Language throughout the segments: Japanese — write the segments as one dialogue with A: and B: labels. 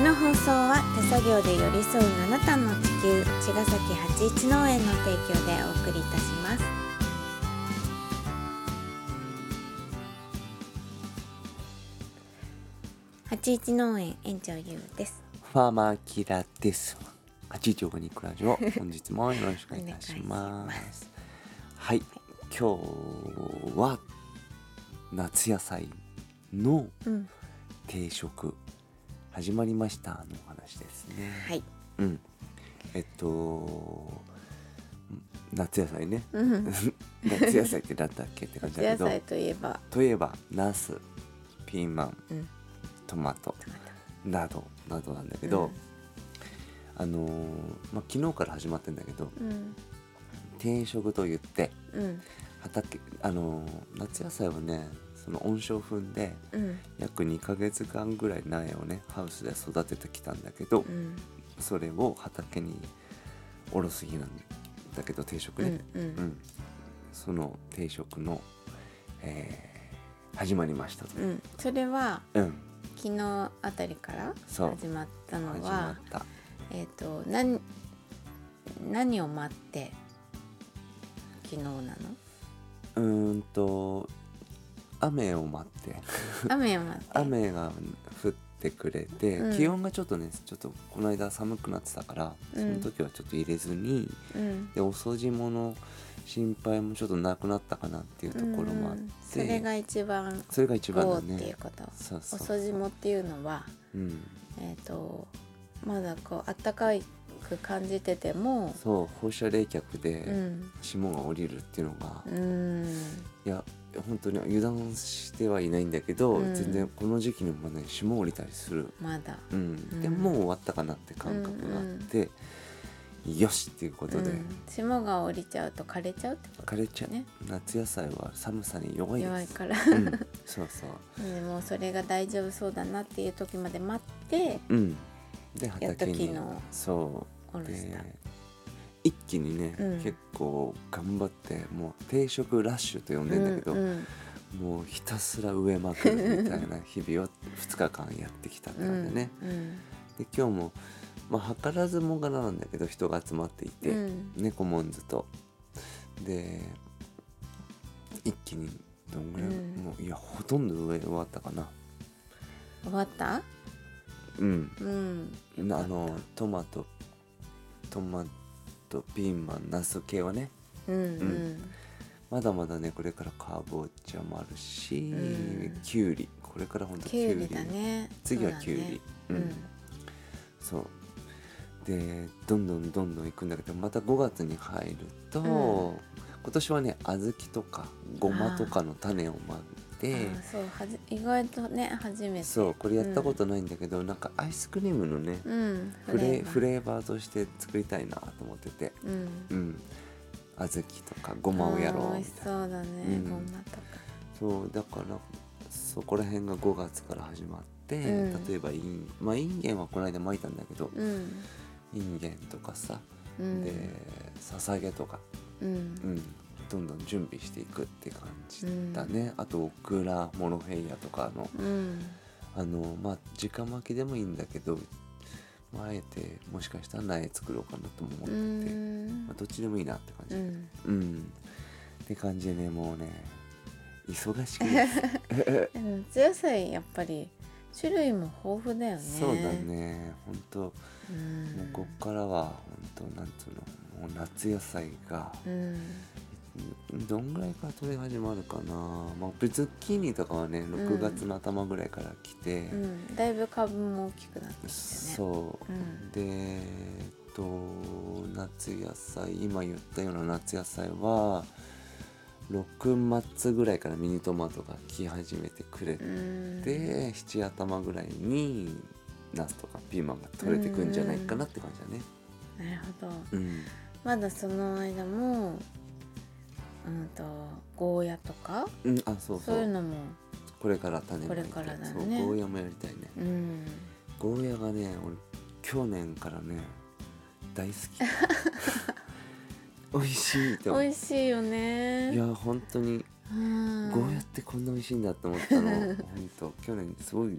A: の放送は手作業で寄り添うあなたの地球茅ヶ崎八一農園の提供でお送りいたします八一農園園長ゆうです
B: ファーマーキラです。八一オーガニックラ ジオ、本日もよろしくお願いいたし
A: お願
B: ま。
A: いします
B: はい、今日は夏野菜の
A: うん
B: 定食始まりましたのお話ですね。
A: はい
B: うん、えっと夏野菜ね。
A: うん
B: 夏野菜ってなんだっけって感じだけ
A: 野
B: ど、
A: 菜といえば
B: といえばナス、ピーマン、
A: うん
B: トマト
A: トマト
B: などなどなんだけど。
A: うん
B: あのーまあ、昨日から始まってんだけど
A: うん
B: 定食と言って
A: うん
B: 畑、あのー夏野菜をねその温床を踏んで
A: うん
B: 約2ヶ月間ぐらい苗をねハウスで育ててきたんだけど
A: うん
B: それを畑におろす日なんだけど定食
A: う
B: ね
A: ん、う
B: うん
A: ん
B: その定食の、えー始まりましたと
A: うんそれは
B: うん
A: 昨日あたりから
B: そう
A: 始まった
B: 始
A: の
B: ま
A: は
B: った
A: えっ、と何何を待って昨日な の
B: うーんと雨を待って
A: 雨を待って
B: 雨が降ってくれて、
A: うん
B: 気温がちょっとねちょっとこの間寒くなってたから
A: う
B: そ
A: ん
B: の時はちょっと入れずに、
A: うん
B: でお掃除物心配もちょっとなくなったかなっていうところもあっ
A: うんうんそ
B: て、
A: れが一番
B: それが一番
A: ゴ
B: だ
A: ーっていう
B: ね
A: こと、
B: そうそ
A: お
B: う
A: 掃除もっていうのは
B: うん、
A: えっ、とまだこうあったかいく感じてても
B: そう放射冷却
A: う
B: で
A: ん
B: 霜が降りるっていうのが、
A: うーん
B: いや本当に油断してはいないんだけど、
A: うん
B: 全然この時期にもね霜降りたりする
A: まだ
B: うん、で
A: うん
B: もう終わったかなって感覚があって、よしっていうことで、
A: うん霜が降りちゃうと枯れちゃうってこと
B: 枯れちゃう、
A: ね
B: 夏野菜は寒さに弱いです
A: 弱いから、
B: うん、そうそ う
A: でもうそれが大丈夫そうだなっていう時まで待って
B: うんで
A: やっと
B: 畑
A: 昨日
B: にそ
A: おろ
B: う
A: し
B: で
A: た
B: 一気にね、
A: うん
B: 結構頑張ってもう定食ラッシュと呼んでんだけど、
A: うんうん
B: もうひたすら植えまくるみたいな日 々を2日間やってきたって感じだね、
A: うん
B: で今日もまあ図らずもがななんだけど人が集まっていて、
A: うん
B: 猫もんずとで一気にどんぐらい、
A: うん
B: もういやほとんど植え終わったかな
A: 終わった
B: うん
A: うん
B: あのトマトトマトピーマンナス系はね
A: うん
B: まだまだねこれからかぼちゃもあるし、
A: うん
B: きゅうりこれからほん
A: うん
B: と
A: きゅうりだね
B: 次は
A: そうだね
B: きゅうり
A: う
B: うん
A: ん
B: そうでどんどんどんどん行くんだけどまた5月に入ると、
A: うん
B: 今年はね小豆とかごまとかの種をまいて
A: ああそうはじ意外とね初めて
B: そうこれやったことないんだけど、なんかアイスクリームのね、
A: うん
B: フレフ
A: レ
B: レーバーとして作りたいなと思ってて
A: うん
B: うん小豆とかごまをや
A: あ
B: ろ
A: あ
B: う
A: 美
B: み
A: 味した
B: い
A: そ
B: な
A: うだね
B: うん
A: ごまとか
B: そうだからそこら辺が5月から始まって、
A: うん
B: 例えばインまあインゲンはこの間まいたんだけど、
A: うん
B: インゲンとかさ
A: うん
B: で捧げとか、
A: うん
B: うん、どんどん準備していくって感じだね、あとオクラモロヘイヤとかの
A: うん
B: あのまあ直巻きでもいいんだけど、まあ、あえてもしかしたら苗作ろうかなとも思
A: う
B: ってて、
A: ん
B: まあ、どっちでもいいなって感
A: う
B: じ
A: ん
B: うん、って感じでねもうね忙しくです
A: でも夏野菜やっぱり種類も豊富だよね
B: そうだね本当も
A: う
B: うんこっからは本当なんつうのもう夏野菜が
A: うん
B: どんぐらいから取れ始まるかな、まあ、ズッキーニとかはね
A: ん
B: 6月の頭ぐらいから来て、
A: うんだいぶ株も大きくなってきたよね
B: そう、
A: うん
B: でえっと夏野菜今言ったような夏野菜は6月ぐらいからミニトマトが来始めてくれて、
A: うん
B: 7頭ぐらいにナスとかピーマンが取れてくんじゃないかなって感じだね。
A: なるほど
B: うん
A: まだその間もうんとゴーヤとか
B: うん、あそうそ
A: そう
B: う
A: いうのも
B: これから種まいて
A: これからだよ
B: そう
A: ね
B: ゴーヤもやりたいね
A: うん
B: ゴーヤがね俺去年からね 大好き美味しいと
A: 美
B: 思う
A: 味しいよね
B: いや本当に
A: うん
B: ゴーヤってこんな美味しいんだって思ったの本当去年すごい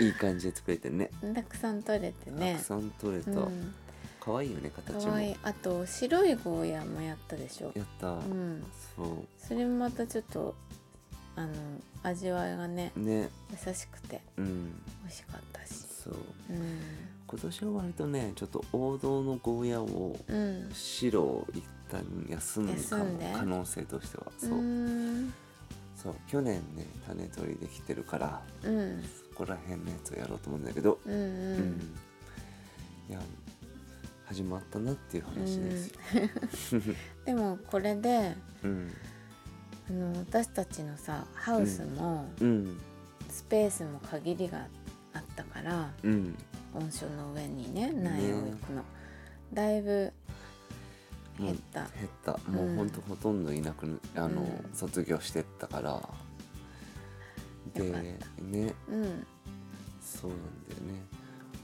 B: いい感じで作れてるね
A: たくさん取れてね
B: たくさん取れた、
A: うん、
B: 可愛いよね
A: か
B: 形も
A: わいいあと白いゴーヤもやったでしょ
B: やった、
A: うん
B: そ
A: それもまたちょっとあの味わいがね
B: うね
A: 優しくて
B: うん
A: 美味しかったし
B: そう
A: うん
B: 今年は割とねちょっと王道のゴーヤを
A: うん
B: 白を一旦休むか
A: 休ん
B: も
A: で
B: 可能性としてはそう,、
A: うん
B: そう去年ね種取りできてるから
A: うん
B: そこら辺のやつをやろうと思うんだけど、
A: うんう
B: うんんいや始まったなっていう話ですよ、
A: でもこれで
B: うん
A: あの私たちのさハウスも
B: うん
A: スペースも限りがあったから
B: うん
A: 温床の上にね苗を置くの、だいぶ
B: もう
A: 減った、
B: 減ったもうほんとほとんどいなくなあの、
A: うん
B: 卒業してったからで
A: よかっ
B: ね
A: うん
B: そうなんだよね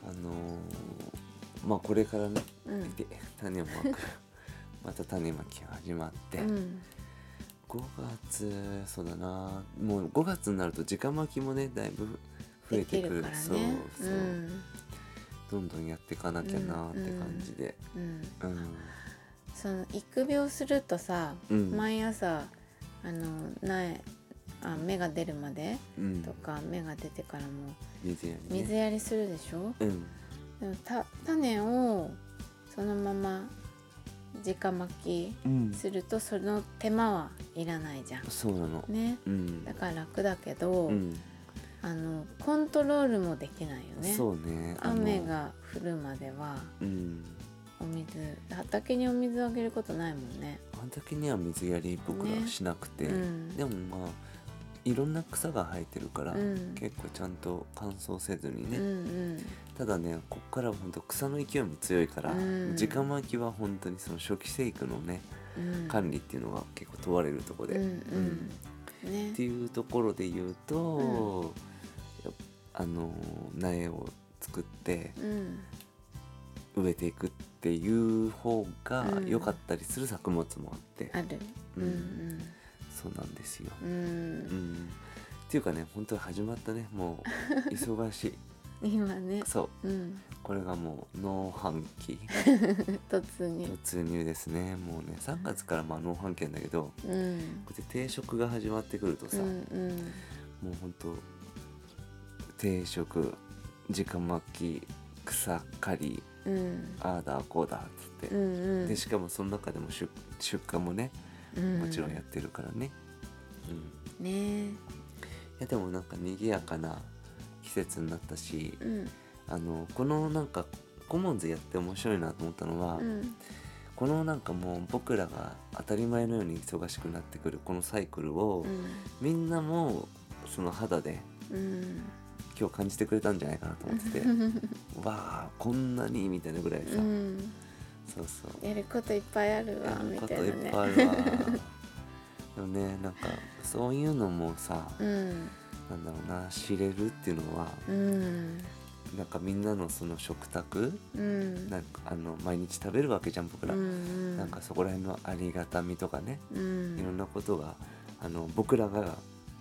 B: あのーまあこれからね
A: うん
B: で種をま くまた種まきが始まって、
A: うん
B: 5月そうだなもう5月になると直巻きもねだいぶ増え
A: で
B: て
A: き
B: く
A: る
B: る
A: からね
B: そうそう、
A: ん
B: どんどんやっていかなきゃなーって感じで
A: うん、
B: うん、
A: その育苗するとさ、
B: うん
A: 毎朝あの苗あ芽が出るまで
B: うん
A: とか芽が出てからも
B: 水やりね
A: 水やりするでしょ、
B: うん
A: でもた種をそのまま直巻
B: うん
A: きするとその手間はいらないじゃん
B: そうなの、
A: ね
B: うん
A: だから楽だけど、
B: うん
A: あのコントロールもできないよね
B: そうねあの
A: 雨が降るまでは
B: うん
A: お水畑にお水あげることないもんね
B: あの時には水やり僕らは
A: ね
B: しなくて、
A: うん
B: でもまあいろんな草が生えてるから、
A: うん
B: 結構ちゃんと乾燥せずにね、
A: うん
B: ただねこっからは本当草の勢いも強いから、
A: うん
B: 直巻きは本当にその初期生育のね
A: うんうん
B: 管理っていうのが結構問われるところで、
A: うん
B: うん
A: うんね
B: っていうところで言うと、やっあの苗を作って
A: うん
B: 植えていくっていう方が
A: うん
B: 良かったりする作物もあって、
A: ある
B: う
A: うんん
B: そうなんですよ。
A: う
B: うん
A: ん、
B: っていうかね本当に始まったねもう 忙しい
A: 今ね
B: そう
A: うん
B: これがもう農繁期
A: 突入
B: 突入ですねもうね3月からまあ農繁期なんだけど
A: うん
B: こうやって定食が始まってくると
A: う
B: さ、
A: んうん
B: もうほんと定食直巻き草刈り
A: うん
B: ああだこうだっつって、
A: うん
B: でしかもその中でも出出荷もね
A: うん
B: もちろんやってるからね、うんい
A: ね
B: やでもなんか賑やかな季節になったし
A: うん
B: あのこのなんかコモンズやって面白いなと思ったのは、
A: うん
B: このなんかもう僕らが当たり前のように忙しくなってくるこのサイクルを、みんなもその肌で
A: うん
B: 今日感じてくれたんじゃないかなと思 っててわあこんなにみたいなぐらいさ、
A: うん
B: そうそう
A: やることいっぱいあるわ
B: やる
A: み
B: こと
A: た
B: い
A: い
B: っ
A: なね
B: ぱいあるわでもねなんかそういうのもさ、
A: うん
B: なんだろうな知れるっていうのは
A: うん
B: なんかみんなのその食卓
A: うん
B: なんかあの毎日食べるわけじゃん僕ら、
A: うんうん
B: なんかそこら辺のありがたみとかね
A: うん
B: いろんなことがあの僕らが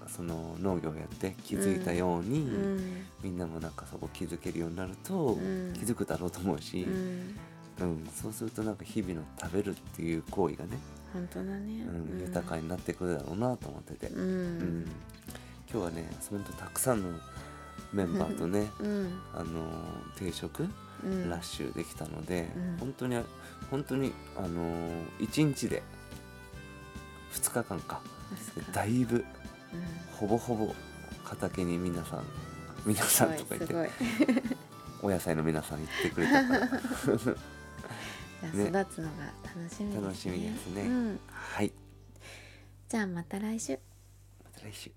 B: その農業をやって気づいたように、
A: うん
B: みんなもなんかそこ気づけるようになると、
A: ん
B: 気づくだろうと思うし、
A: うん
B: うん、そうするとなんか日々の食べるっていう行為がね、
A: 本当だね
B: うん豊かになってくるだろうなと思ってて、
A: う
B: うん
A: ん
B: 今日はねほんとたくさんのメンバーとね
A: うん
B: あのー定食
A: うん
B: ラッシュできたので、
A: うん
B: 本当に本当にあのー、1日で2日間かだいぶほぼほぼ畑に皆さん皆さんとか言って
A: すごい
B: お野菜の皆さん行ってくれたから
A: すごいじゃあ育つのが楽しみですね
B: 楽しみですね
A: うん
B: はい
A: じゃあまた来週
B: また来週。